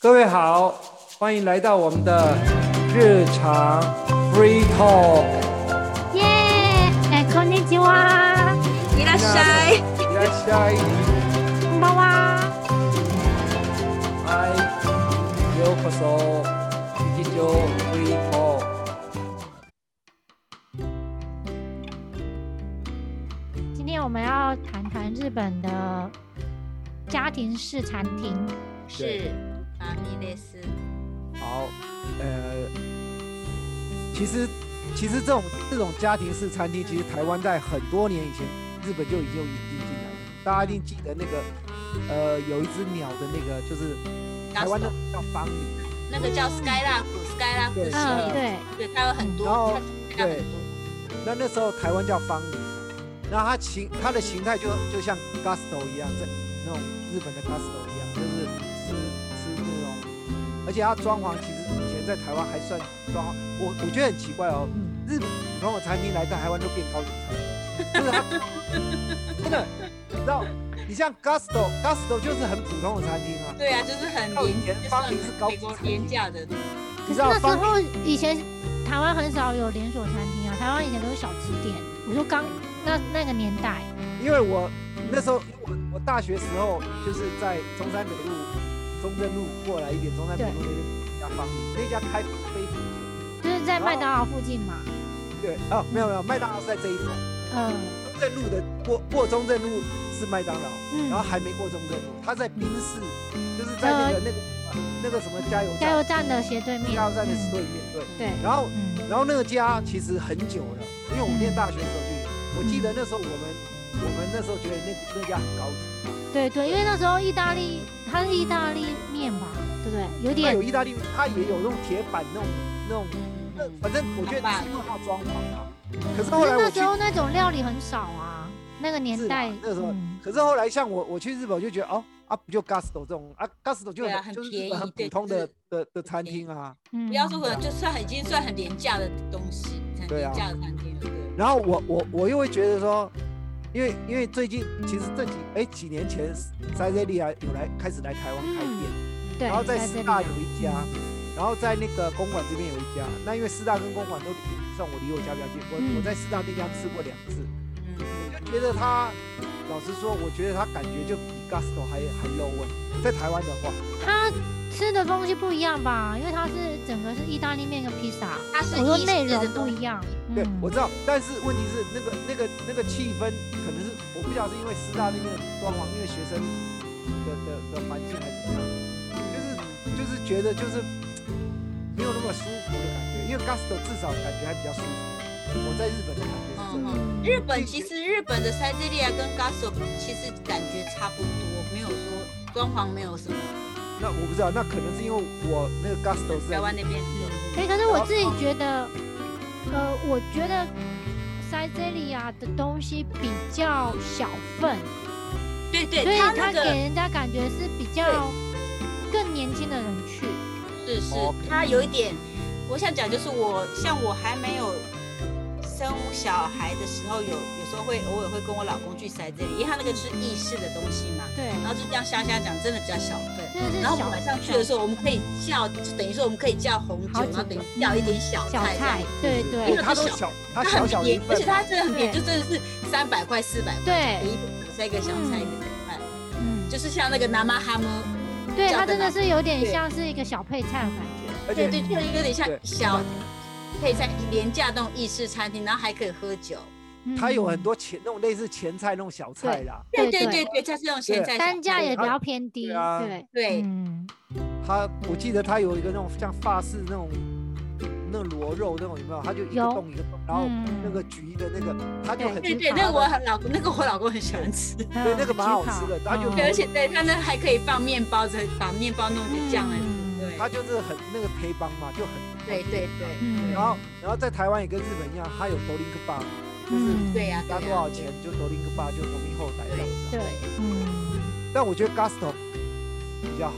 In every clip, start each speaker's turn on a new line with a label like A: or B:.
A: 各位好，欢迎来到我们的日常 free talk。
B: 耶，哎，こんにちは，
C: 伊拉塞，
A: いらっしゃい。
B: こんばんは。
A: 嗨，ようこそ。日常 free talk。
B: 今天我们要谈谈日本的家庭式餐厅。
C: 是啊，米雷斯，
A: 好，呃，其实其实这种这种家庭式餐厅，其实台湾在很多年以前，日本就已经有引进进来了。大家一定记得那个，呃，有一只鸟的那个，就是台湾的叫方里。
C: 那个叫 Skylark，Skylark
A: 对
C: 是，
B: 嗯，对，
C: 对，它有很多，
A: 然后
C: 它它有很多，
A: 那那时候台湾叫方梨，然后它形它的形态就就像 gusto 一样，在那种日本的 gusto 一样，就是是是那种，而且它装潢其实以前在台湾还算装潢，我我觉得很奇怪哦，
B: 嗯
A: 日本普通的餐厅来到台湾就变高级餐厅， 就是它真的，你知道，你像 gusto gusto 就是很普通的餐厅啊，
C: 对啊，就是很
A: 到以
C: 廉，
A: 前
C: 就是
A: 方林是高
C: 很美国
A: 级
C: 廉价的，
B: 可
A: 你
B: 是
A: 知道
B: 那时
A: 方
B: 候以前台湾很少有连锁餐厅啊，台湾以前都是小吃店。我说刚那那个年代，
A: 因为我那时候我我大学时候就是在中山北路、中正路过来一点，中山北路那边有一家方便那家开非常久。
B: 就是在麦当劳附近嘛。
A: 对，哦，没有没有，麦当劳是在这一头，
B: 嗯
A: 中正路的过过中正路是麦当劳，然后
B: 嗯，
A: 还没过中正路，它在宾士，就是在那个那个那个什么加油
B: 加
A: 站
B: 油站的斜对面。
A: 加油站的
B: 嗯
A: 对面对。
B: 对，
A: 然后
B: 嗯
A: 然后那个家其实很久了，因为我念大学的时候就有，我记得那时候我们我们那时候觉得那那家很高级。
B: 对对，因为那时候意大利它是意大利面吧，对不对？有
A: 它
B: 点
A: 有意大利，它也有那种铁板那种那种，那
C: 嗯，
A: 反正我觉得
C: 好吧
A: 是因为它装潢啊。可是
B: 嗯可
A: 后
B: 是
A: 来
B: 那
A: 我去
B: 时，候那种料理很少啊，那个年代
A: 是啦。那时候
B: 嗯
A: 可是后来像我我去日本，我就觉得哦啊，不就 Gusto 这种啊，Gusto 就
C: 对啊
A: 很
C: 很
A: 就是
C: 便
A: 日
C: 宜
A: 本很普
C: 对
A: 通的
C: 就是
A: 的的餐厅啊。
B: 嗯
C: 不要说可能就算已经算很廉价的东西，很
A: 对啊
C: 廉价的餐厅了，对，
A: 然后我我我又会觉得说，因为因为最近其实这几哎几年前 s a z e l i a 有来开始来台湾开店，
B: 嗯对，
A: 然后在
B: 这
A: 师
B: 里
A: 大
B: 啊
A: 有一家，然后在那个公馆这边有一家。那因为师大跟公馆都离算我离我家比较近，我我
B: 嗯
A: 在师大那家吃过两次。
C: 嗯，
A: 我就觉得他，老实说，我觉得他感觉就比 Gusto 还还 low 哎、在台湾的话，
B: 它吃的东西不一样吧，因为它是整个是意大利面跟披萨，
C: 它是
B: 我说
C: 意式
B: 内容
C: 的
B: 不
C: 东西
B: 一样。
A: 对
B: 嗯
A: 我知道，但是问题是那个那个那个气氛，可能是我不晓得是因为师大那边的装潢，因为学生的的的环境还是怎么样，就是就是觉得就是没有那么舒服的感觉，因为 Gusto 至少感觉还比较舒服。我在日本的感觉是这样。
B: 嗯
C: 日本其实日本的塞西利亚跟 Gasso 其实感觉差不多，没有说装潢没有什么，
A: 那我不知道，那可能是因为我那个 Gusto 是在
C: 台湾那边，嗯
B: 哎，可是我自己觉得，呃，我觉得塞这里啊的东西比较小份，
C: 对对，
B: 所以
C: 它
B: 它
C: 那
B: 给
C: 个
B: 人家感觉是比较更年轻的人去。
C: 是是
A: 哦，
C: 它有一点，我想讲就是我像我还没有生小孩的时候，有有时候会偶尔会跟我老公去塞这里，因为他那个是意式的东西嘛，
B: 对，
C: 然后就这样瞎瞎讲，真的比较小份。
B: 真的是
C: 然后我
B: 小
C: 们晚上去的时候，我们可以叫，就等于说我们可以叫红酒，
B: 好
C: 然后
B: 几
C: 等
B: 个
C: 于叫一点小
B: 小
C: 菜这样
B: 菜，，啊对对
C: 因为
A: 他
C: 它
A: 都
C: 小
A: 小，他
C: 它
A: 小
C: 很
A: 小一
C: 便宜，而
A: 份
C: 且，它真的很便宜，
B: 对啊
C: 就真的是三百块、四百块，
B: 对，
C: 一个塞一个小菜，一个小菜，
B: 嗯，
C: 就是像那个南妈哈姆，
B: 对，
C: 叫
B: 它
C: 的
B: 真的
C: 那
B: 是有点
C: 对
B: 像是一个小配菜的感觉。
A: 而且
C: 对对，就有点像
A: 对
C: 小配菜廉价那种意式餐厅，然后还可以喝酒。
B: 嗯
A: 它有很多前那种类似前菜那种小菜啦，
B: 对
C: 对
B: 对
C: 对对对，就是用现在
B: 单价也比
A: 对
B: 较偏低，
A: 对啊
B: 对
C: 对
B: 嗯，
A: 它我记得它有一个那种像法式那种那种螺肉那种有没有？它就一个
B: 有
A: 洞一个洞，然后
B: 嗯
A: 那个橘的那个，它就
B: 对
A: 很
C: 对
A: 对
C: 对，那个我很老公，那个我老公很喜欢吃。
B: 对
A: 那个蛮好吃的它
B: 嗯
A: 就
C: 对，而啊且对他那还可以放面包，再把面包弄点酱来吃。对
A: 它就是很那个黑帮嘛，就很
C: 对对对
B: 嗯，
A: 然后然后在台湾也跟日本一样，它有多林克巴，就是
B: 嗯
C: 对啊呀，
A: 加多少钱就多林克巴就农民后代这样子啊。
B: 对，嗯，
A: 但我觉得 Gusto 比较好，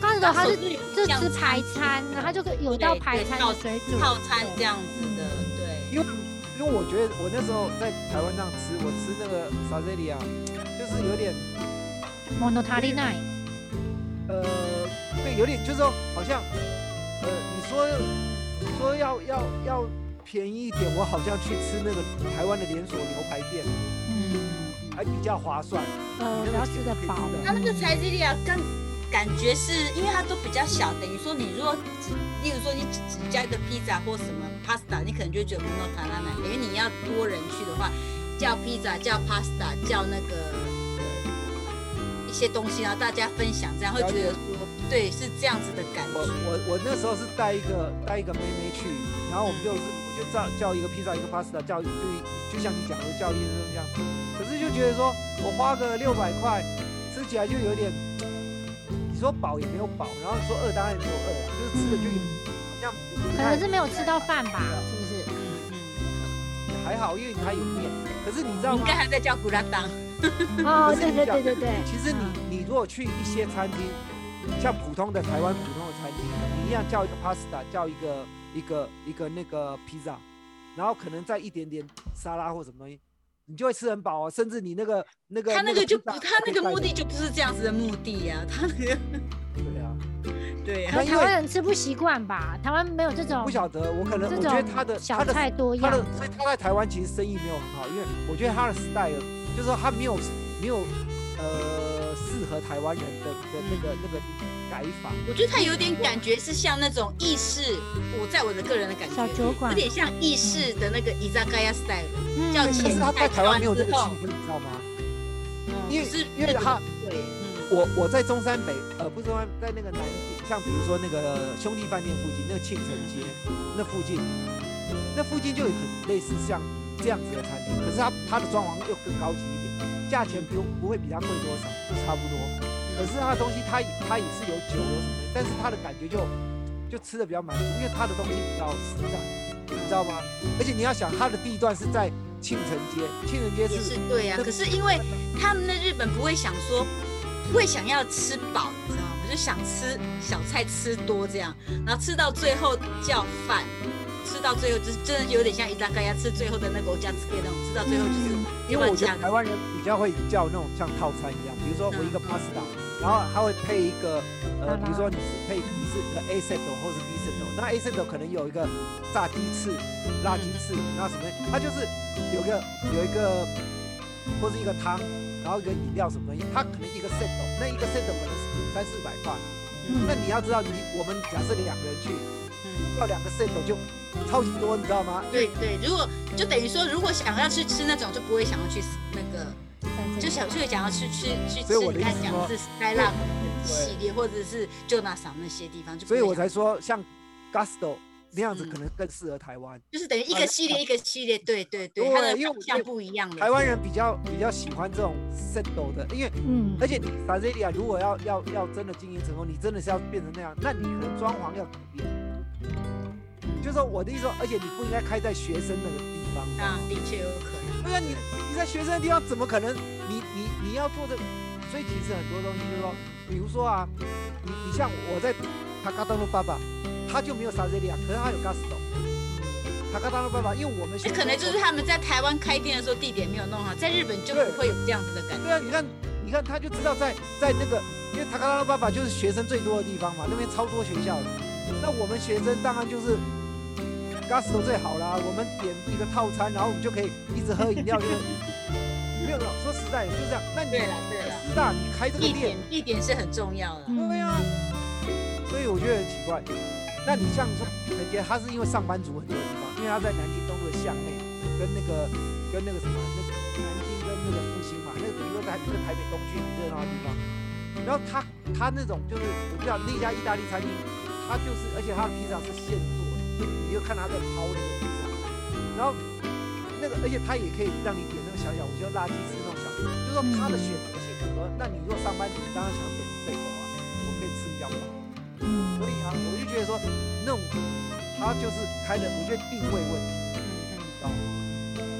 B: 刚始他是就吃排
C: 餐
B: 餐，然后就有到排餐的水准，
C: 套餐这样子的，对。
A: 因为因为我觉得我那时候在台湾这样吃，我吃那个 s a z e l i a 就是有点
B: ，monotarina，
A: 呃被有点就是说好像，呃，你说说要要要便宜一点，我好像去吃那个台湾的连锁牛排店
C: 嗯，
A: 还比较划算。
B: 呃，我要吃得饱。
C: 那那个材质力啊，更感觉是因为它都比较小，等于说你如果只，例如说你只只加一个披萨或什么 pasta，你可能就觉得不够塔拉奶，因为你要多人去的话，叫披萨、叫 pasta、叫那个呃一些东西，然后大家分享，这样会觉得说，对，是这样子的感
A: 我
C: 觉。
A: 我我那时候是带一个带一个妹妹去，然后我们就是我就叫叫一个披萨一个 pasta，叫就就像你讲的叫一个这样，可是就觉得说我花个六百块，吃起来就有点，你说饱也没有饱，然后说饿当然也没有饿，啊就是吃的就有好像不
B: 嗯可
A: 太
B: 能是没有吃到饭吧，是不是？
C: 嗯，
A: 还好，因为它有面。可是你知道
C: 应
A: 吗
C: 该？还在叫古拉当。嗯
B: 哦，
A: 可是
B: 对
A: 你
B: 对
A: 讲
B: 对对对，
A: 其实你你如果去一些餐厅，像普通的台湾普通的餐厅，你一样叫一个 pasta，叫一个一个一个那个披萨，然后可能再一点点沙拉或什么东西，你就会吃很饱哦。甚至你那个那个
C: 他那个就不，
A: 披萨啊
C: 他那个目的
A: 就
C: 就不是这样子的目的呀、他那个
A: 对啊，
C: 对呀、
B: 可能
A: 因
B: 台
A: 为
B: 湾人吃不习惯吧？台湾没有这种
A: 嗯不晓得我可能
B: 这
A: 我
B: 种
A: 觉得他的
B: 小
A: 他的
B: 菜多
A: 他
B: 样
A: 的，所以他在台湾其实生意没有很好，因为我觉得他的 style 就是说他没有没有呃适合台湾人的的那个那个改法。
C: 我觉得它有点感觉是像那种意式，我在我的个人的感觉，
B: 小酒馆
C: 有点像意式的那个伊扎盖亚 style，
B: 嗯
C: 叫
A: 但是
C: 钱
A: 他在台湾没有这个
C: 台
A: 气
C: 湾
A: 氛，你知道吗？因
C: 就
A: 为
C: 是
A: 因为它
C: 对，嗯，
A: 我我在中山北，呃，不是中山，在那个南边，像比如说那个呃兄弟饭店附近，那个庆城街那附近，那附近就有很类似像这样子的餐厅，可是它它的装潢又更高级一点，价钱不用不会比它贵多少，就差不多。
C: 嗯
A: 可是它的东西它也它也是有酒有什么的，但是它的感觉就就吃的比较满足，因为它的东西比较实在，你知道吗？而且你要想它的地段是在庆城街，庆城街
C: 也
A: 是
C: 是对呀、可是因为他们在日本不会想说，不会想要吃饱，你知道吗？就想吃小菜吃多这样，然后吃到最后叫饭，吃到最后就是真的有点像伊扎盖亚吃最后的那个加兹给那种，吃到最后就是
A: 因为我觉得
C: 另外加
A: 台湾人比较会叫那种像套餐一样，比如说我一个 pasta，然后他会配一个
B: 沙拉
A: 呃，比如说你是配你是一个 A set 或是 B set，那 A set 可能有一个炸鸡翅、辣鸡翅，然后什么，它就是有一个有一个或是一个汤，然后一个饮料什么东西，它可能一个 set，那一个 set 可能是三四百块，那你要知道你我们假设你两个人去
C: 嗯
A: 要两个 set 就超级多，你知道吗？
C: 对对，如果就等于说，如果想要去吃那种，就不会想要去那个，就想就想要去去去
A: 所以
C: 吃
A: 我的
C: 你刚
A: 意思
C: 才讲
A: 说
C: 的是 Skylark 的系列，或者是 Jonas 那些地方，就不
A: 所以
C: 会
A: 我
C: 想
A: 才说像 Gusto 那样子
C: 嗯
A: 可能更适合台湾。
C: 就是等于一个系列一个系列，对对对，
A: 啊对啊
C: 它的
A: 因为
C: 方
A: 我觉
C: 向
A: 得
C: 不一样
A: 台
C: 了。
A: 湾人比较比较喜欢这种 settle 的，因为
B: 嗯，
A: 而且你 s a z i a 如果要要要真的经营成功，你真的是要变成那样，那你可能装潢要改变。就是说我的意思说，而且你不应该开在学生那个地方。
C: 啊，的确有可能。
A: 对啊，你你在学生的地方怎么可能？你你你要做的，所以其实很多东西就是说，比如说啊，你你像我在塔卡当的爸爸，他就没有 s a z i a 可是他有 Gusto。塔卡当的爸爸，因为我们学
C: 这可能
A: 生
C: 就是他们在台湾开店的时候地点没有弄好，在日本就不会有这样子的感
A: 对啊，你看，你看，他就知道在在那个，因为塔卡拉爸爸就是学生最多的地方嘛，那边超多学校的。那我们学生当然就是 Gusto 最好啦，我们点一个套餐，然后我们就可以一直喝饮料，就没有没有，说实在的就是这样。那
C: 觉。
A: 你
C: 对了对了，
A: 师大你开这个
C: 地
A: 店
C: 点，地点是很重要的。
B: 嗯
A: 对啊，所以我觉得很奇怪。那你像说人家他是因为上班族很多地方，因为他在南京东路的巷内，跟那个跟那个什么那个南京跟那个复兴嘛，那个等于说在那个台北东区很热闹的地方。然后他他那种就是我不知道那家意大利餐厅，他就是而且他的披萨是现做的，你就看他在抛那个披萨，然后那个而且他也可以让你点那个小小我就垃圾吃那种小，啊就是说他的选择性很多。那你如果上班族，你当然想点这个啊，我可以吃比较饱。所
B: 嗯
A: 以啊，我就觉得说，那种他就是开的，我觉得定位问题，
C: 嗯嗯。
A: 知道吗？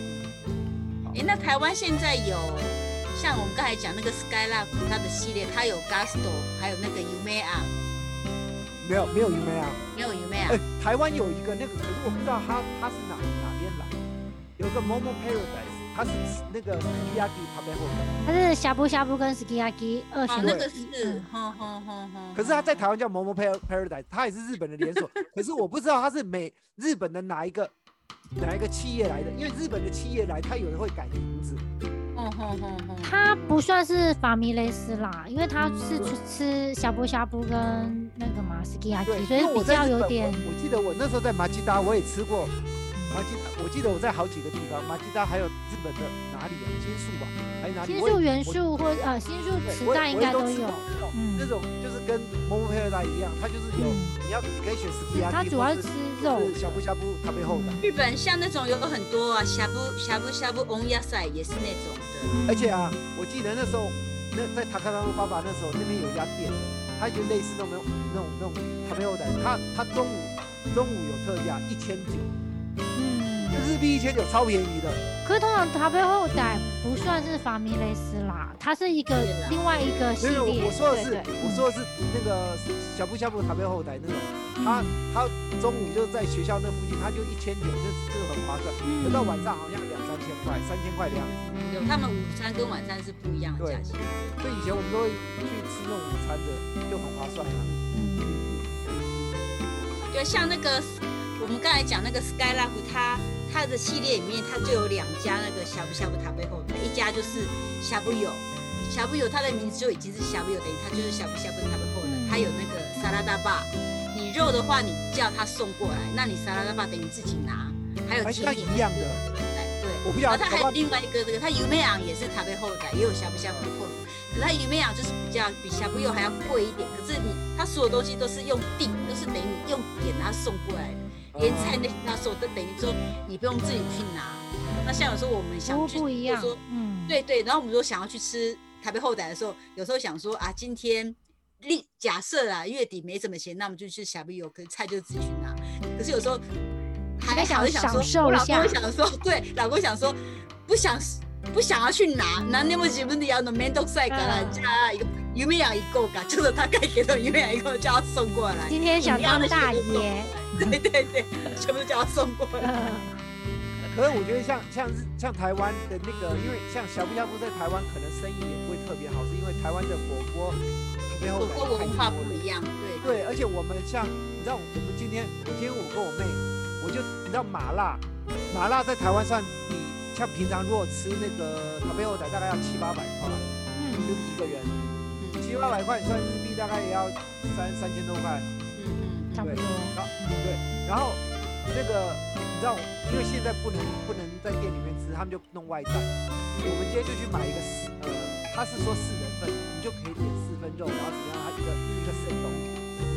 C: 哎，那台湾现在有像我们刚才讲那个 Skylark 它的系列，它有 Gusto，还有那个 Umea，
A: 没有没有云梅啊，
C: 没有
A: 哎
C: Umea，、
A: 台湾有一个那个，可是我不知道他他是哪哪边来，有个 Momo Paradise，它是那个 i a 旁边后面，
B: 它是呷哺呷哺跟 skiaki 二
C: 哦
B: 选，
C: 那
A: 对
C: 个是
B: 嗯，
C: 哼哼哼哼。
A: 可是它在台湾叫 Momo Par- Paradise，它也是日本的连锁，可是我不知道它是美日本的哪一个哪一个企业来的，因为日本的企业来，它有人会改名字，
C: 哼哼哼哼，
B: 它不算是法米雷斯啦，因为它是去吃呷哺呷哺跟那个嘛 skiaki，
A: 对，
B: 所以
A: 因为我
B: 比
A: 在
B: 较
A: 日
B: 有
A: 本
B: 点
A: 我我记得我那时候在马吉达，我也吃过马吉达，我记得我在好几个地方，马吉达还有日本的哪里啊，金宿吧，还是哪里？
B: 新
A: 我也
B: 宿元
A: 我
B: 素或呃新宿
A: 对
B: 池
A: 我也
B: 袋应
A: 我也
B: 该
A: 都
B: 都
A: 吃
B: 有
A: 过。这种
B: 嗯
A: 那种就是跟 Momo Paradise 一样，它就是有
B: 嗯
A: 你要你可以选 s k
B: 是
A: i
B: 它主要吃肉，
A: 是小布小布咖啡后的，
C: 日本像那种有很多啊，呷哺呷哺呷哺翁亚塞也是那种的。
B: 嗯
A: 而且啊，我记得那时候那在塔卡拉路爸爸那时候那边有一家店，它就类似那种那种那种咖啡后的，它它中午中午有特价一千九，
B: 嗯，
A: 就日币一千九超便宜的，
B: 可是通常塔贝后代不算是法米雷斯啦，它是一个
C: 对啦
B: 另外一个系
A: 没有
B: 列。
A: 我说的
B: 对
A: 是
B: 对嗯
A: 我说的是那个小布小布咖啡后台那种，它
B: 嗯
A: 它中午就在学校那附近，它就一千九，这这个很划算，
B: 嗯
A: 可到晚上好像两三千块，三千块的样子。
C: 有他们午餐跟晚餐是不一样的
A: 对
C: 价钱。
A: 所以以前我们都会去吃那种午餐的，就很划算啊。
B: 嗯
C: 对，像那个我们刚才讲那个 Skylab，它它的系列里面它就有两家那个呷哺呷哺塔贝后台，一家就是呷哺友，呷哺友它的名字就已经是呷哺友，等于它就是呷哺呷哺塔贝后台，
A: 嗯
C: 它有那个沙拉大坝，你肉的话你叫它送过来，那你沙拉大坝等于自己拿，还有
A: 而且它
C: 甜点
A: 一样的，
C: 对。
A: 我不
C: 然
A: 晓
C: 后
A: 得
C: 它哦还有另外一个这个，它尤美昂也是台北后代，也有呷哺呷哺的后代，可是它尤美昂就是比较比呷哺柚还要贵一点，可是你它所有东西都是用订，都是等于你用点然后送过来的，连菜那些那时候都等于说你不用自己去拿。那像有时候我们想
B: 服务
C: 去，
B: 不一样
C: 就说。
B: 嗯，，
C: 对对，然后我们如果想要去吃台北后台的时候，有时候想说啊，今天例假设啊月底没什么钱，那我们就去小朋友，可是菜就自己去拿。可是有时候还
B: 想
C: 好就想
B: 享
C: 说，
B: 受一
C: 我老公
B: 下
C: 会想说，对，老公想说不想不想要去拿，拿那么几分的要那面都晒干了，
B: 嗯
C: 加一个有没有一个噶，就是他该给的有没有一个叫他送过来，
B: 今天想
C: 饮料
B: 当
C: 那些
B: 大
C: 都送过
B: 爷
C: 来。对对对，全部叫他送过来。
B: 呃
A: 可是我觉得像像日像台湾的那个，因为像小布小布在台湾可能生意也不会特别好，是因为台湾的火锅
B: 嗯
A: 没有
C: 我跟文化不一样，对。
A: 对，而且我们像你知道，我们今天我今天我跟我妹，我就你知道麻辣，麻辣在台湾算比像平常如果吃那个咖啡后台大概要七八百块，就
B: 嗯，
A: 是一个人
C: 嗯
A: 七八百块，算日币大概也要三三千多块。
C: 嗯嗯
B: 差
C: 嗯
B: 不多。
A: 然后那个你知道，因为现在不能不能在店里面吃，他们就弄外带。我们今天就去买一个四，呃，他是说四人份，你就可以点四份肉，然后怎么样？他一个一个剩东西，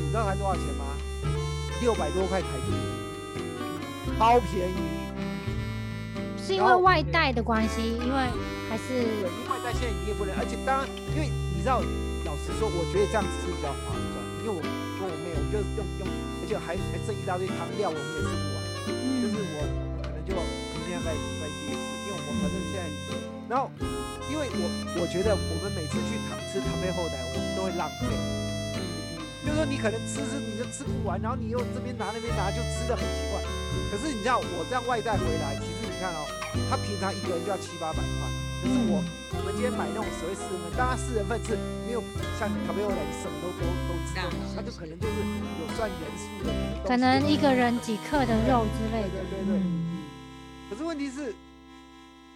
A: 你知道才多少钱吗？六百多块台币，超便宜。
B: 是因
A: 然
B: 为
A: 后
B: 外带的关系，因为还是
A: 对，因为外带现在你也不能，而且当然，因为你知道，老实说，我觉得这样子是比较划算，因为我跟我妹，我们就用用，而且还还剩一大堆汤料，我们也吃不完。就
B: 嗯
A: 是我可能就明天再再去一次，因为我反正现在，然后因为我我觉得我们每次去塔吃塔贝后台，我们都会浪费，就是说你可能吃吃你就吃不完，然后你又这边拿那边拿，就吃的很奇怪。可是你知道我这样外带回来，其实你看哦，他平常一个人就要七八百块，可是
B: 嗯
A: 我我们今天买那种所谓四人份，当然四人份是没有像塔贝后台你什么都都都吃得完，他就可能就是有算元素的，
B: 可能一个人几克的肉之类的
A: 对。对对。
B: 嗯
A: 可是问题是，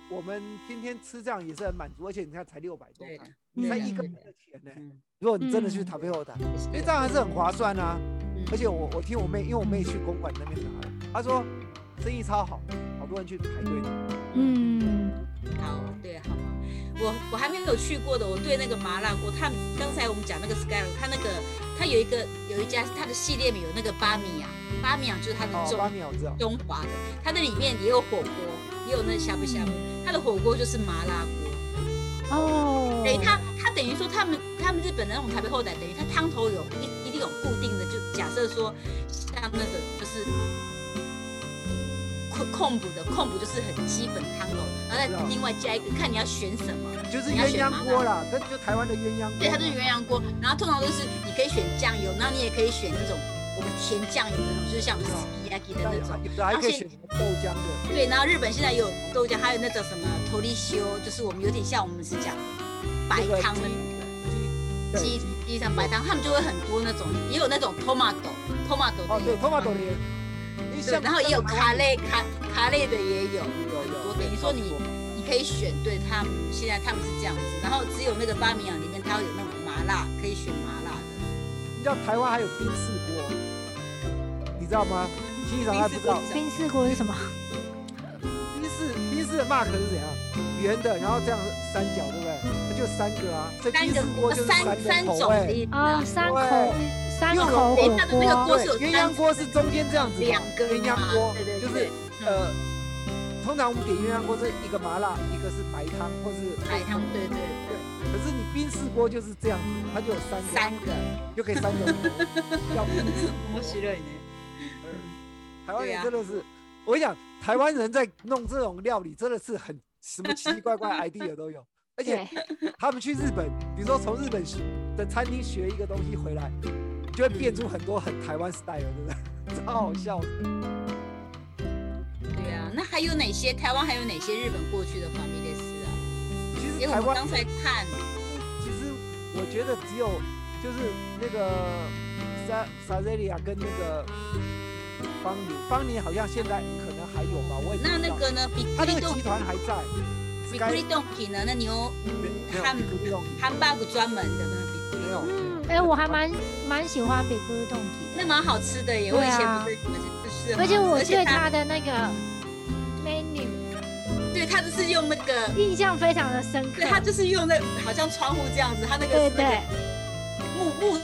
A: 我们今天吃这样也是很满足，而且你看才六百多
C: 对
A: 块，
B: 对
A: 你才
B: 的
A: 一个
C: 对
A: 人
C: 的
A: 的钱呢、
C: 嗯
A: 如果你真的去
B: 嗯
A: 塔贝后台，
C: 也是
A: 哎所以这样还是很划算啊。
C: 嗯
A: 而且我我听我妹，因为我妹去公馆那边拿了，她说生意超好，好多人去排队。
B: 嗯，
C: 好，对，好吗？我我还没有去过的，我对那个麻辣锅，他刚才我们讲那个 Sky，他那个他有一个有一家它的系列名有那个巴米亚，巴米亚就是它的
A: 哦，
C: 中、
A: 八秒知道。
C: 中华的，它那里面也有火锅，也有那呷哺呷哺，它的火锅就是麻辣锅。
B: 哦，
C: 等于他他等于说他们他们日本的那种台北后代，等于他汤头有一一定有固定的，就假设说像那个就是控控补的控补就是很基本汤头，然后再
A: 知道
C: 另外加一个看你要选什么，
A: 就是
C: 你要
A: 鸳
C: 选麻
A: 鸯锅啦，跟就台湾的�鸳�鸯锅。
C: 对，它就是鸳鸯锅，然后通常都是你可以选酱油，然后你也可以选那种我们甜酱油的那种，就是像我们 sukiyaki 的那种。
A: 有的还可以选什么豆浆的，
C: 对，然后日本现在也有豆浆，还有那种什么 t o r i s h o 就是我们有点像我们是讲白
A: 那个
C: 汤的
A: 鸡
C: 那个鸡鸡上白汤，他们就会很多那种，也有那种 tomato tomato
A: 哦
C: 的也
A: 对
C: 有，
A: ，tomato 的也，你
C: 对，
A: 像
C: 然后也有卡类卡卡类的也有，
A: 有
C: 很
A: 有
C: 多，等于说你你可以选对他们现在他们是这样子，然后只有那个巴米扬里面它会有那种麻辣，可以选麻辣的。
A: 你知道台湾还有冰室锅，你知道吗？欣赏还不知道，
B: 冰室锅是什么？
A: 冰室冰室的 mark 是怎样？圆的，然后这样三角，对不对？它就三个啊，所以
C: 三
A: 冰室锅
C: 个
A: 就是
C: 三三
A: 种口
C: 种的
A: 味。
C: 意思
B: 哦
C: 啊，，
B: 三口
A: 对
B: 三
A: 因为
B: 口
A: 我
B: 火
A: 等一
C: 下的那个
B: 锅，
C: 锅是有
A: 对鸳
C: 三
A: 鸯锅是中间这样子嘛，
C: 两个
A: 鸳鸯
C: 嘛
A: 锅
C: 对对
A: 就是
C: 对
A: 呃，通常我们点鸳鸯锅是一个麻辣，一个是白汤，或是
C: 白汤，对对对，
A: 可是你冰室锅就是这样子，它就有三个，
C: 三个，
A: 就可以三种口味叫冰室锅。
C: いね。
A: 台湾人
C: 对啊
A: 真的是，我跟你讲，台湾人在弄这种料理真的是很什么奇奇怪怪 idea 都有，而且
B: 对，
A: 他们去日本，比如说从日本学的餐厅学一个东西回来，就会变出很多很台湾 style 的，超好笑的。
C: 对啊，那还有哪些台湾还有哪些日本过去的 f a m i 啊？
A: 其实
C: 因为
A: 台
C: 我们
A: 湾
C: 刚才看，
A: 其实我觉得只有就是那个萨萨瑞利亚跟那个邦尼，邦尼好像现在可能还有吧，我也不知
C: 那
A: 道。
C: 那个呢，比
A: 他那
C: 克利
A: 个
C: 洞
A: 集团还在，
C: 比克利洞体呢，那牛汉
A: 没有
C: 汉巴古专门的那个比克利
A: 没有
C: 洞，
B: 嗯，哎，我还蛮蛮喜欢比咕噜冻体
C: 那
B: 的，
C: 蛮好吃的耶。
B: 对
C: 我
B: 啊
C: 以前不是我就是很好吃，
B: 而且我
C: 而
B: 对
C: 且
B: 它
C: 它
B: 的那个 menu
C: 对它就是用那个，
B: 印象非常的深刻
C: 对，它就是用那好像窗户这样子，它那个
B: 对
C: 是那
B: 对
C: 个木木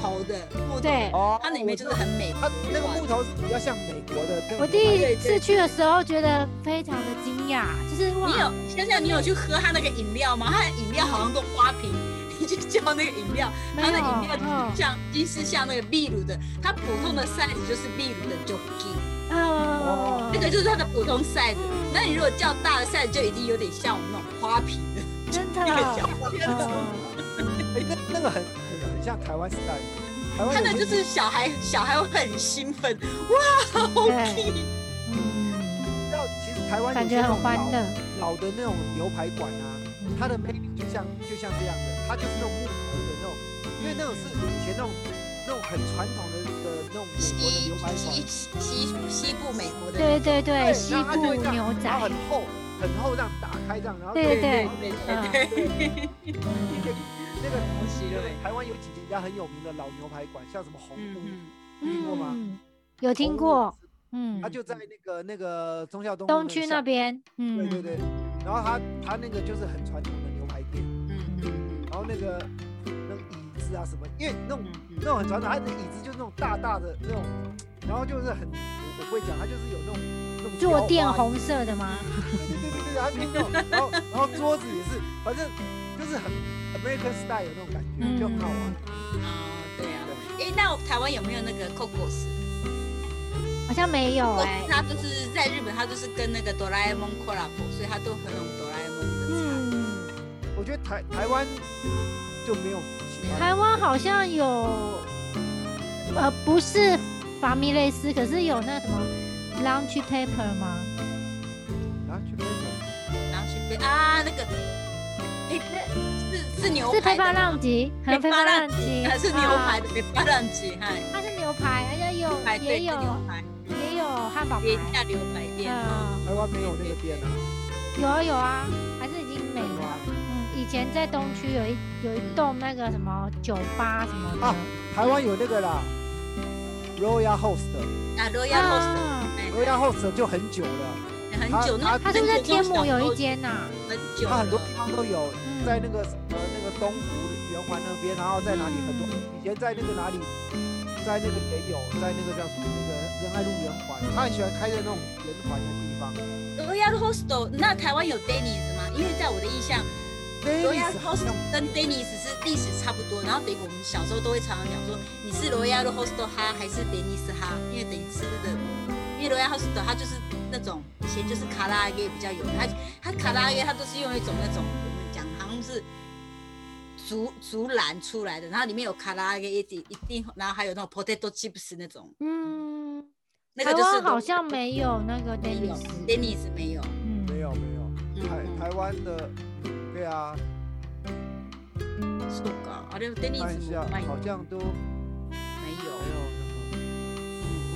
C: 头的木头
B: 对哦
C: 的，
A: 哦，
C: 它里面就是很美
A: 它那个
C: 观
A: 木头是比较像美国的，跟
B: 我第一次去的时候觉得非常的惊讶，就是哇
C: 你，有想想，你有去喝它那个饮料吗？它的饮料好像都花瓶， 你去叫那个饮料，
B: 没
C: 它
B: 有
C: 的饮料就
B: 嗯
C: 是像，一是像那个秘鲁的，它普通的 size 就是秘鲁的 jockey，
B: 呃
C: 哦那个就是它的普通 size。那你如果叫大的 size，就已经有点像我们那种花瓶的，
B: 真的
C: 有，点像花瓶的。
B: 嗯
A: 哎，那那个很很很像台湾 style，台湾
C: 它
A: 人
C: 那就是小孩，小孩会很兴奋，哇，好
B: 对
C: cute！
A: 你
B: 嗯，
A: 知道，其实台湾有
B: 感
A: 些
B: 觉
A: 那种
B: 很欢
A: 老
B: 乐，
A: 老的那种牛排馆啊，
B: 嗯
A: 它的 menu 就像就像这样子，它就是那种木头的那种，因为那种是以前那种那种很传统的的那种美国的
C: 西
A: 牛排馆
C: 西，西西部美国的，
B: 对对对，
A: 对
B: 西
A: 然后它就
B: 部
A: 会这样
B: 牛
A: 然后
B: 仔
A: 很，厚很厚这样打开这样，然后
B: 对对
C: 对
B: 嗯
C: 对对，
A: 那个
C: 好喜乐
A: 台湾有几家很有名的老牛排馆，像什么红
C: 嗯
A: 屋，
C: 嗯，
A: 听过吗？
B: 嗯，有听过，嗯
A: 它，就在那个那个忠孝东路
B: 东区那
A: 下
B: 边，
A: 对
B: 嗯，
A: 对对，然后他他那个就是很传统的牛排店，
C: 嗯嗯
A: 然后那个那个椅子啊什么，因为那种
C: 嗯嗯
A: 那种很传统，他的椅子就是那种大大的那种，然后就是很我我不会讲，他就是有那种那种雕
B: 坐
A: 花
B: 垫，红色的吗？
A: 对对对对对，他就是那种，然后然后桌子也是，反正就是很 American style 那种感
B: 嗯
A: 觉，就很好玩。
C: 啊，对啊，哎，那台湾有没有那个 Cocos？
B: 好像没有哎、
C: 它就是在日本，它就是跟那个哆啦 A 梦 collab，所以它都很有哆啦 A 梦的
B: 嗯，
A: 我觉得台台湾就没有喜欢
B: 台湾好像有，呃，不是法米类斯，可是有那什么 lunch paper 吗？
A: 啊去美国，
C: 菜，然后去飞啊那个，哎，那是是牛
B: 是
C: 排
B: 페파
C: 的吗，
B: 浪吉，很
C: 飞
B: 페파浪吉，
C: 还是牛排
B: 啊，
C: 的飞巴浪吉，嗨，
B: 它是牛排，而且有
C: 排
B: 也
C: 队是
B: 有
C: 牛排，
B: 也有汉堡
C: 廉
B: 排，
C: 价牛排店，
B: 嗯，
A: 台湾没有那个店啊，
B: 有啊有啊，还是已经没
A: 有
B: 了
A: 啊。
B: 嗯，以前在东区有一有一栋那个什么酒吧什么
C: 哦
B: 的
A: 啊台湾有那个啦，Royal Host。
C: 啊罗亚罗斯，
B: 啊，
A: 罗亚 Host 就很久了，
C: 很久，
A: 它
C: 那
B: 它是不是天母有一间呐？
C: 很久
A: 它
C: 了
A: 很多地方都有，
B: 嗯
A: 在那个什么那个东湖圆环那边，然后在哪里很多，
C: 嗯
A: 以前在那个哪里，在那个也有，在那个叫什么那个仁爱路圆环，他很喜欢开在那种圆环的地方。
C: 罗亚 hostel，那台湾有 Denny's 吗？因为在我的印象。罗亚
A: Dennis 好
C: Hostel
A: 像
C: 跟 Dennis 是历史差不多，然后等于我们小时候都会常常讲说你是罗亚 Hostel 哈还是 Dennis 哈，因为等于吃的，因为罗亚 Hostel 它就是那种以前就是卡拉也比较有名，它它卡拉也它都是用一种那种我们讲好像是竹竹篮出来的，然后里面有卡拉给一定一定，然后还有那种 potato chips 那种，
B: 嗯，
C: 那个
B: 台
C: 就是
B: 湾好像没有那个
C: 没有
B: Dennis，
C: ，Dennis 没有，
A: 没
B: 嗯，
A: 有没有，
C: 嗯
A: 台
C: 嗯
A: 台湾的，对啊，
C: 是个，啊，对
A: 看一
C: ，Dennis 没
A: 下
C: 有，没
A: 好
C: 有，
A: 像都没有什么。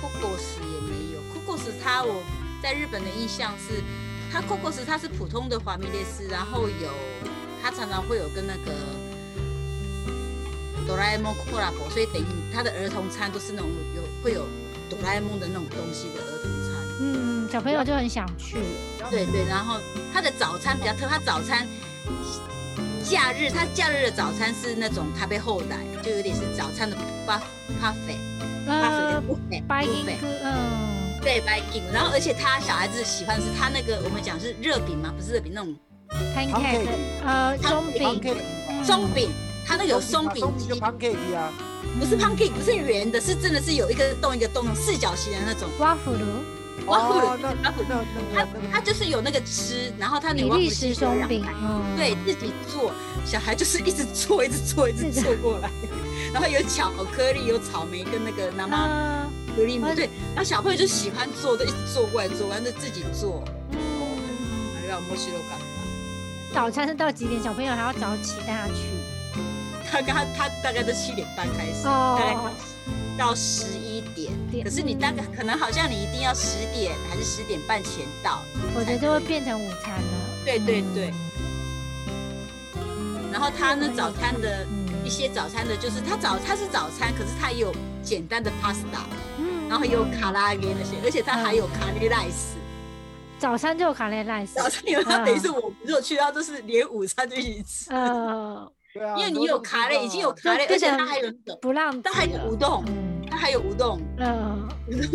C: Cocos 也没有，Cocos 它我在日本的印象是，它 Cocos 它是普通的华米列斯，然后有它常常会有跟那个哆啦 A 梦 collab，所以等于它的儿童餐都是那种有会有哆啦 A 梦的那种东西的儿童餐。
B: 嗯，小朋友就很想去，
C: 对对，然后它的早餐比较特，它早餐假日它假日的早餐是那种咖啡后代，就有点是早餐的 buff buffet buffet 的
B: 呃，
C: buffet
B: 白银
C: buffet
B: 哥，嗯，
C: 对白饼，然后而且他小孩子喜欢是他那个我们讲是热饼嘛，不是热饼那种
B: 嗯，pancake，呃，松饼，
A: pancake，
C: 松饼，他那个有松饼
A: 嗯松饼
C: 机
A: 就，pancake 啊，
C: 不是 pancake，不是圆的，是真的是有一个洞一个洞，四角形的那种。
B: 瓦芙鲁，
A: 哦，那那那那
C: 他
A: 个
C: 他就是有那个吃，然后他
B: 比
C: 牛
B: 利时松饼，嗯，
C: 对自己做，小孩就是一直做，一直做，一直做过来。然后有巧克力，有草莓跟那个南妈
B: 呃，
C: 格里姆
B: 我，
C: 对。然后小朋友就喜欢做，就一直做过来做，完就自己做。
B: 嗯，
C: 还有墨西哥干
B: 早餐是到几点？小朋友还要早起带他去，
C: 他刚他大概都七点半开始，
B: 哦
C: 大概到十一点。
B: 点
C: 可是你大概可能好像你一定要十点还是十点半前到。
B: 嗯我觉得就会变成午餐了，
C: 对对
B: 嗯
C: 对，然后他呢早餐的
B: 嗯
C: 一些早餐的，就是他早他是早餐，可是他也有简单的 pasta，
B: 嗯
C: 然后也有卡拉耶那些，而且他还有咖喱 rice。
B: 嗯早餐就有卡列赖斯，
C: 早餐有他等于是我们如果去到，就是连午餐就一起吃，
B: 呃，
A: 对啊，
C: 因为你有卡
A: 嘞，
C: 嘞，已经有
A: 卡
C: 卡嘞，
B: 就
C: 而
B: 变
C: 且
B: 成
C: 他还有那种，
B: 不让，
C: 他还有乌，冬，
B: 嗯，
C: 他还有乌冬。
B: 呃，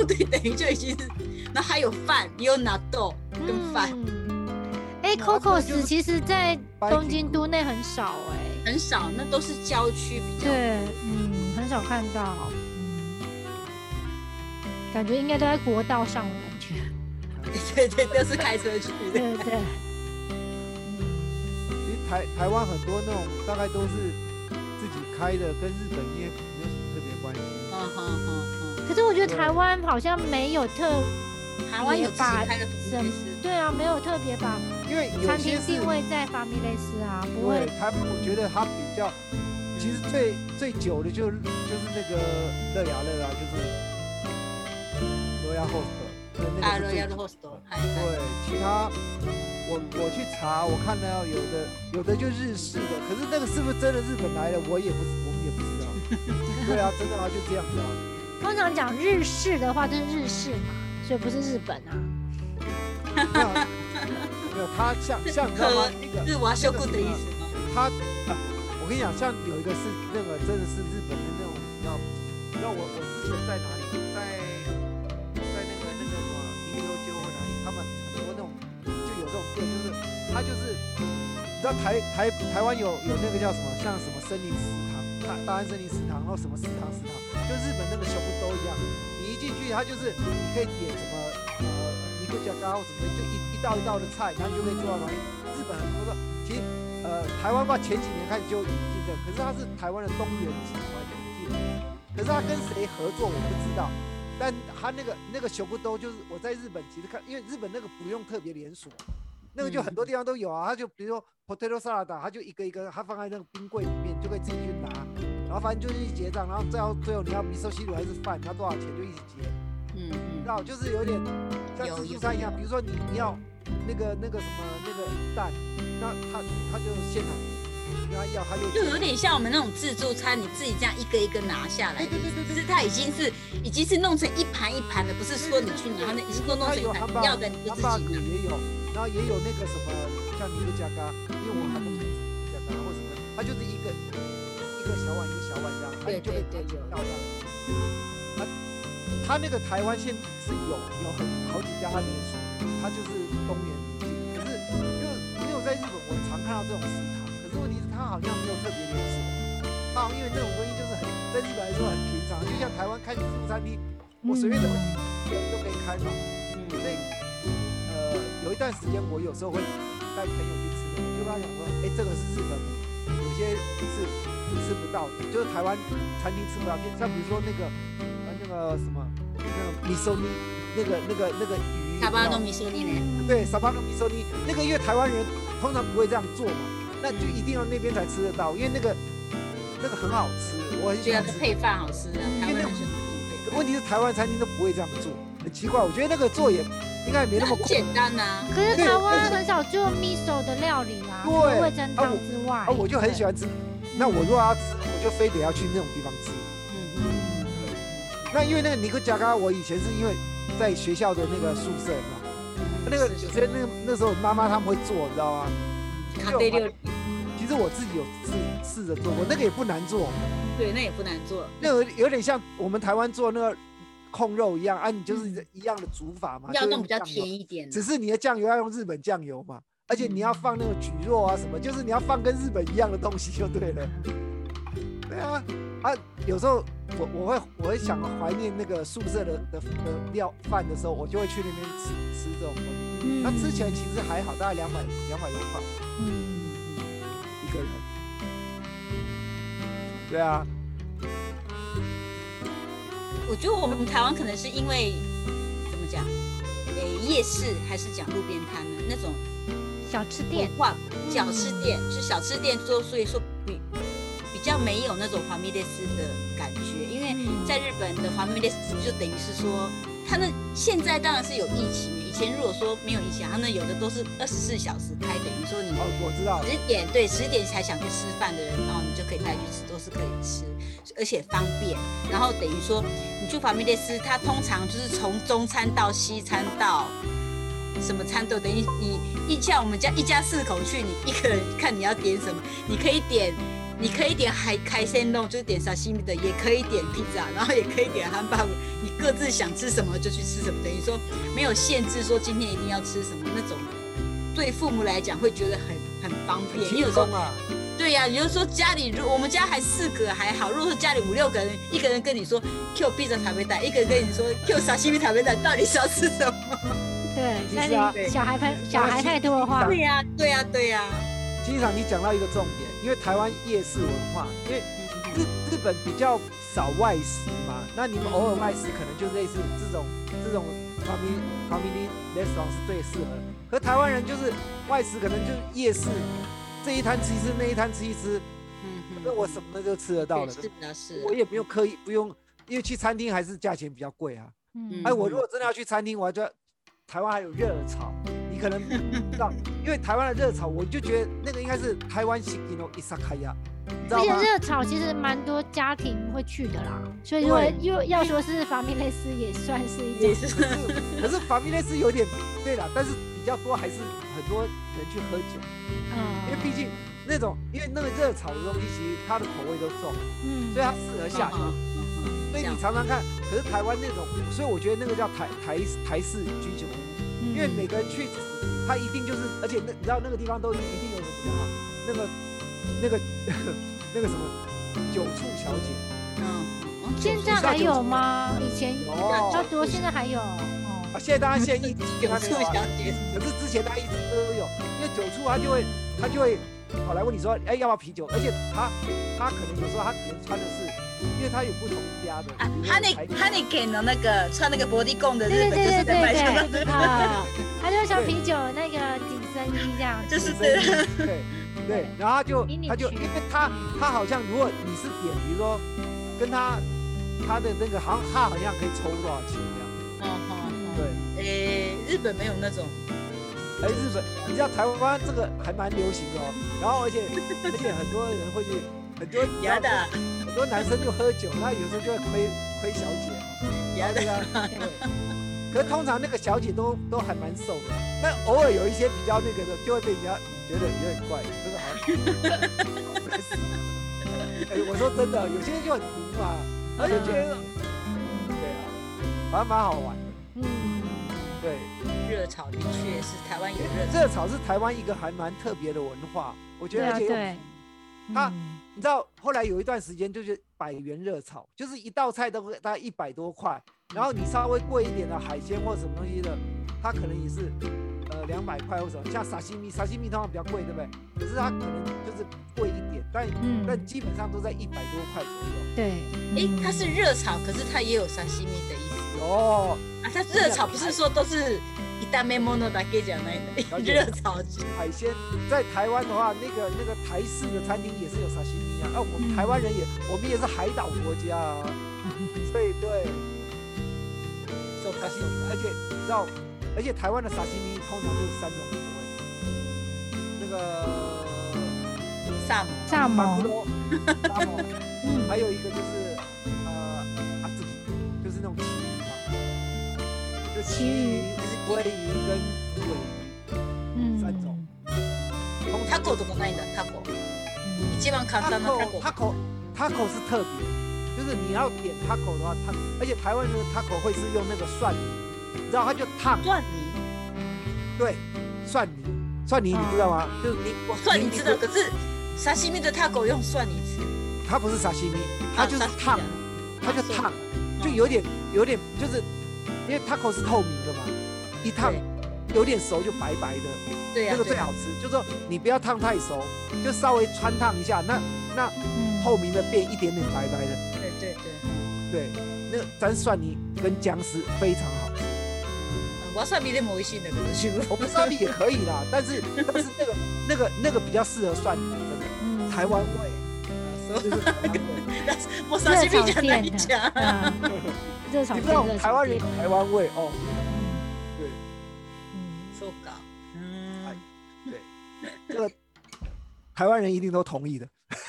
C: 对，等于就已经是，然后还有饭，也有纳豆跟饭，
B: 嗯。哎
A: 然后
B: ，Coco
A: 就是
B: 其实，在
A: 白
B: 东
A: 金
B: 京
A: 菇
B: 都内很少哎，
C: 很少，那都是郊区比较。
B: 对，嗯，很少看到，嗯，感觉应该都在国道上的感觉，
A: 啊
C: 对对对，都是开车去的。
B: 对对，
A: 其实台台湾很多那种大概都是自己开的，跟日本也没有什么特别关系。
B: 哦
C: 嗯哼哼
B: 可是我觉得台湾好像没有特，
C: 哼，台湾有自己开的服务公司，
B: 对啊，没有特别把
A: 因为有
B: 餐
A: 些
B: 厅
A: 是
B: 定位在法米类斯啊，不
A: 对
B: 会，
A: 台湾，我觉得它比较，其实最最久的就就是那个乐雅乐啊，就是罗亚 host 的
C: 大
B: 啊
A: 那个
C: 热
A: 是
C: 要
A: 最久
C: host
A: 的。
C: 还
A: 对，其他我我去查，我看到有的有的就日式的，可是那个是不是真的日本来的，我也不知我们也不知道。 对啊，真的啊，就这样子啊。
B: 通常讲日式的话，就是日式嘛，所以不是日本啊，
A: 没有没有，他像像你知道吗？那个
C: 是瓦修库的意思吗？
A: 他，啊我跟你讲，像有一个是那个真的是日本的那种，你知道，你知道我我之前在哪里，在在那个那个什么尼罗街或哪里，他们很多那种就有这种店，就是他就是，你知道台台台湾有有那个叫什么，像什么森林食堂，大大安森林食堂，然后什么食堂食堂，就日本那个全部都一样，你一进去它就是你可以点什么呃尼克加咖或什么的，就一一道一道的菜，然后你就可以做到旁边。日本很多个其实呃，台湾吧前几年开始就引进的，可是它是台湾的东元集团引进的，可是它跟谁合作我不知道。但它那个那个熊不兜，就是我在日本其实看，因为日本那个不用特别连锁，那个就很多地方都有啊。它就比如说 potato salad，它就一个一个，它放在那个冰柜里面，你就可以自己去拿。然后反正就是去结账，然后最后最后你要米寿西鲁还是饭，拿多少钱就一起结。你
C: 嗯
A: 知
C: 嗯，
A: 道，就是有点像
C: 有
A: 自助
C: 有
A: 餐一样，
C: 有
A: 比如说你你要那个那个什么那个蛋，那他他就现场跟他要，他就
C: 就有点像我们那种自助餐，你自己这样一个一个拿下来
A: 对对对对
C: 只
A: 对
C: 是它已经是已经是弄成一盘一盘的，不是说你去拿，那已经都弄
A: 他
C: 成一
A: 有
C: 盘
A: 汉，堡，
C: 要的你就
A: 汉
C: 自
A: 堡骨
C: 己拿。
A: 也有，然后也有那个什么像尼克加嘎，啊因为我还没吃尼克加啊嘎或什么，它就是一个一个小碗一个小碗这样，它
C: 对
A: 就可以
C: 对
A: 点
C: 对有
A: 到这样。它啊它那个台湾现是有有很好几家它连锁，它就是东元引进，可是因为因为我在日本我常看到这种食堂，可是问题是它好像没有特别连锁。啊，因为那种东西就是很在日本来说很平常，就像台湾开自助餐厅，我随便怎么点都可以开嘛。
C: 嗯
A: 所以呃，有一段时间我有时候会带朋友去吃的，我就跟他讲说，哎，这个是日本，有些是吃不到的，就是台湾餐厅吃不到，像比如说那个呃那个什么那个米寿尼，那个那个那个鱼，
C: 大巴都米索尼
B: 嗯
C: 呢，
A: 对，沙巴跟米寿尼，那个因为台湾人通常不会这样做嘛，那就一定要那边才吃得到，因为那个那个很好吃，我很喜
C: 觉
A: 欢
C: 得
A: 吃。
C: 配饭好吃啊，台湾人喜欢配饭，
A: 问题是台湾餐厅都不会这样做，很奇怪。我觉得那个做也应该也没那么
C: 很简
A: 困难。
C: 单啊呐，
B: 可是
A: 对
B: 台湾很少做 miso 的料理啦，除
A: 对
B: 了味噌汤之外，
A: 啊，我就很喜欢吃。那我如果要吃，我就非得要去那种地方吃。
C: 嗯嗯，
A: 那因为那个尼克加嘎，我以前是因为在学校的那个宿舍嘛，那个
C: 是
A: 有
C: 是
A: 些那个那时候妈妈他们会做，你知道吗？
C: 咖啡料理，
A: 其实我自己有试试着做过，那个也不难做，
C: 对，那也不难做，
A: 那有有点像我们台湾做那个控肉一样啊，你就是一样的煮法嘛，
C: 要
A: 就是
C: 弄嗯比较
A: 酱油
C: 甜一点啊的
A: 只，是你的酱油要用日本酱油嘛，而且你要放那个蒟蒻啊什么，就是你要放跟日本一样的东西就对了。对啊，啊，有时候我我会我会想怀念那个宿舍的的的料饭的时候，我就会去那边吃吃这种东西。
C: 嗯
A: 那吃起来其实还好，大概两百两百多块
C: 嗯
A: 一个人。对啊，
C: 我觉得我们台湾可能是因为怎么讲，诶、夜市还是讲路边摊呢那种
B: 小吃
C: 文
B: 店。嗯
C: 化小吃店，是小吃店做，所以说比比较没有那种华密列斯的感觉，因为
B: 嗯
C: 在日本的华密列斯就等于是说，他们现在当然是有疫情，以前如果说没有疫情，他们有的都是二十四小时开，等于说你。
A: 哦，我知道了，
C: 十点对十点才想去吃饭的人，然后你就可以带去吃，都是可以吃，而且方便。然后等于说你去法米列斯，它通常就是从中餐到西餐到什么餐都等于你一像我们家一家四口去，你一个人看你要点什么，你可以点。你可以点海海鲜弄，就是点沙西米的，也可以点披萨，然后也可以点汉堡。你各自想吃什么就去吃什么，等于说没有限制，说今天一定要吃什么那种。对父母来讲会觉得很很方便，因为有时候
A: 啊，
C: 对呀、你就说家里如我们家还四个还好，如果说家里五六个人，一个人跟你说 Q 披萨塔贝蛋，一个人跟你说 Q 沙西米塔贝蛋，到底是要吃什么？
B: 对，
A: 其
B: 但
A: 实啊
B: 是小孩太小孩太多的话，
C: 对呀、对呀、对呀、
A: 经常你讲到一个重点，因为台湾夜市文化，因为日日本比较少外食嘛，那你们偶尔外食可能就类似这种这种 family family restaurant 是最适合的。可台湾人就是外食，可能就夜市这一摊吃一吃，那一摊吃一吃，
C: 嗯嗯
A: 那我什么都吃得 到了，
C: 是的，是
A: 我也不用刻意不用，因为去餐厅还是价钱比较贵啊。
B: 嗯
A: 哎，我如果真的要去餐厅，我还觉得台湾还有热炒，你可能不知道，因为台湾的热炒，我就觉得那个应该是台湾型 you know i s a k a y a 你知
B: 而
A: 道
B: 且
A: 吗？
B: 热炒其实蛮多家庭会去的啦，所以如果
A: 对
B: 又要说是法米类似，也算是一
C: 也
B: 种。
C: 是
A: 可是 可是法米类是有点对了，但是比较多还是很多人去喝酒，因为
B: 嗯
A: 毕竟那种因为那个热炒的东西，其实它的口味都重，
B: 嗯
A: 所以它适合下酒。
C: 嗯
A: 所以你常常看，可是台湾那种，所以我觉得那个叫台台台式居酒屋。因
B: 嗯
A: 为每个人去，他一定就是，而且那你知道那个地方都一定有什么啊？那个那个 那个什么酒醋小姐，
C: 嗯，嗯
B: 现在还有吗？以前
A: 有
B: 要
A: 啊，
B: 多，现在还有哦。
A: 现在当然现在疫情
C: 有
A: 还没
C: 醋
A: 有啊
C: 小，姐，
A: 可是之前他一直都有，因为酒醋他就会他就会跑来问你说，哎，要不要啤酒？而且他他可能有时候他可能穿的是，因为他有不同家的
C: 啊，哈尼哈尼给的那个穿那个薄地贡的日
B: 对对
C: 本，就
B: 对对
C: 是在白上
B: 对对，啊， 他就像啤酒那个紧身衣这样，
C: 就是对
A: 对。对对，然后他就
B: 迷你
A: 他就
B: 区
A: 因为他他好像如果你是点，比如说跟他他的那个好像他好像可以抽多少钱这样，
C: 哦哦
A: 对，
C: 哦，诶，日本没有那种，
A: 而日本你知道台湾这个还蛮流行的哦，然后而且而且很多人会去很多
C: 牙的
A: 很多男生就喝酒，那有时候就会亏亏小姐，
C: 牙的
A: 对。啊，对。可是通常那个小姐都都还蛮瘦的，那偶尔有一些比较那个的，就会被人家觉得有点怪，这个好像。哎，我说真的，有些就很毒嘛，而且觉得，对啊，反正蛮好玩的。
B: 嗯。
A: 对，
C: 热炒的确是台湾有热炒，
A: 热炒是台湾一个还蛮特别的文化，我觉
B: 对
A: 得，而
B: 啊，
A: 且又啊
B: 对，
A: 它
B: 嗯
A: 你知道后来有一段时间就是百元热炒，就是一道菜都会大概一百多块，然后你稍微贵一点的海鲜或什么东西的，它可能也是呃呃两百块或什么，像沙西米，沙西米通常比较贵，对不对？可是它可能就是贵一点，但
D: 嗯，
A: 但基本上都在一百多块左右。
D: 对，
C: 诶，
D: 嗯
C: 它是热炒，可是它也有沙西米的意思
A: 哦，
C: 啊。它热炒不是说都是一大面 mono だけじゃない
A: 了
C: 的，
A: 解
C: 热炒是
A: 海鲜在台湾的话，那个那个台式的餐厅也是有沙西米啊。啊，我们台湾人也，我们也是海岛国家啊，所以对。
C: そう
A: 沙
C: か
A: 西
C: そう
A: 米
C: か，
A: 而且你知道，而且台湾的沙西米通常就是三种口味，那个
C: 萨摩
D: 萨
A: 马
D: 摩
A: 古，罗、沙摩，
D: 嗯
A: 还有一个就是呃阿兹基，就是那种旗鱼嘛，就旗鱼、鲑鱼跟尾鱼
D: 嗯，
A: 三种。通
C: タ
A: 常
C: コとかないんだタコ。
D: 嗯
C: 一番簡単なタコ。
A: taco taco taco 是特别，就是你要点 taco 的话，它而且台湾人的 taco 会是用那个蒜泥，你知道它就烫，
C: 蒜泥，
A: 对，蒜泥，蒜泥你知道
C: 啊
A: 吗？就是你
C: 我蒜泥
A: 你
C: 知道，可是沙西米的 taco 用蒜泥吃，
A: 它不是沙西米，它就是
C: 啊沙西米
A: 烫
C: 的，
A: 它就
C: そう
A: 烫，就有点有点就是，因为 taco 是透明的嘛，一烫
C: 对
A: 有点熟就白白的，
C: 对呀
A: 那个
C: 对啊
A: 最
C: 呀，
A: 好吃。就说你不要烫太熟，就稍微穿烫一下，那那
D: 嗯
A: 透明的变一点点白白的，
C: 对对对。
A: 对，那个沾蒜泥跟姜丝非常好吃。
C: 嗯わさびでも美味しいんだけど、自分。
A: 我们沙米也可以啦，但是 但是那个那个那个比较适合蒜泥，真的
D: 嗯
A: 台湾味，就
C: そう
A: 是台湾味。
C: もう刺身じゃないじゃん。
D: 啊，热炒店
A: 你不知道我
D: 热
A: 们
D: 炒
A: 台湾人有
D: 店
A: 台湾味哦，
D: 嗯
A: 对。
D: 嗯
C: そうか。うーん。
A: 这个台湾人一定都同意的。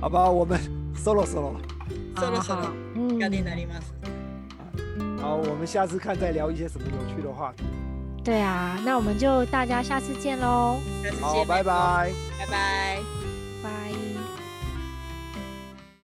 A: 好吧，我们 solo solo 了
C: そろ
D: 好
C: そろ
D: 好嗯
C: がになります。
A: 好，我们下次看再聊一些什么有趣的话题。
D: 对啊，那我们就大家下次见喽，
C: 下次
A: 好，
C: 见
A: 拜。拜。
C: 拜拜。
D: 拜。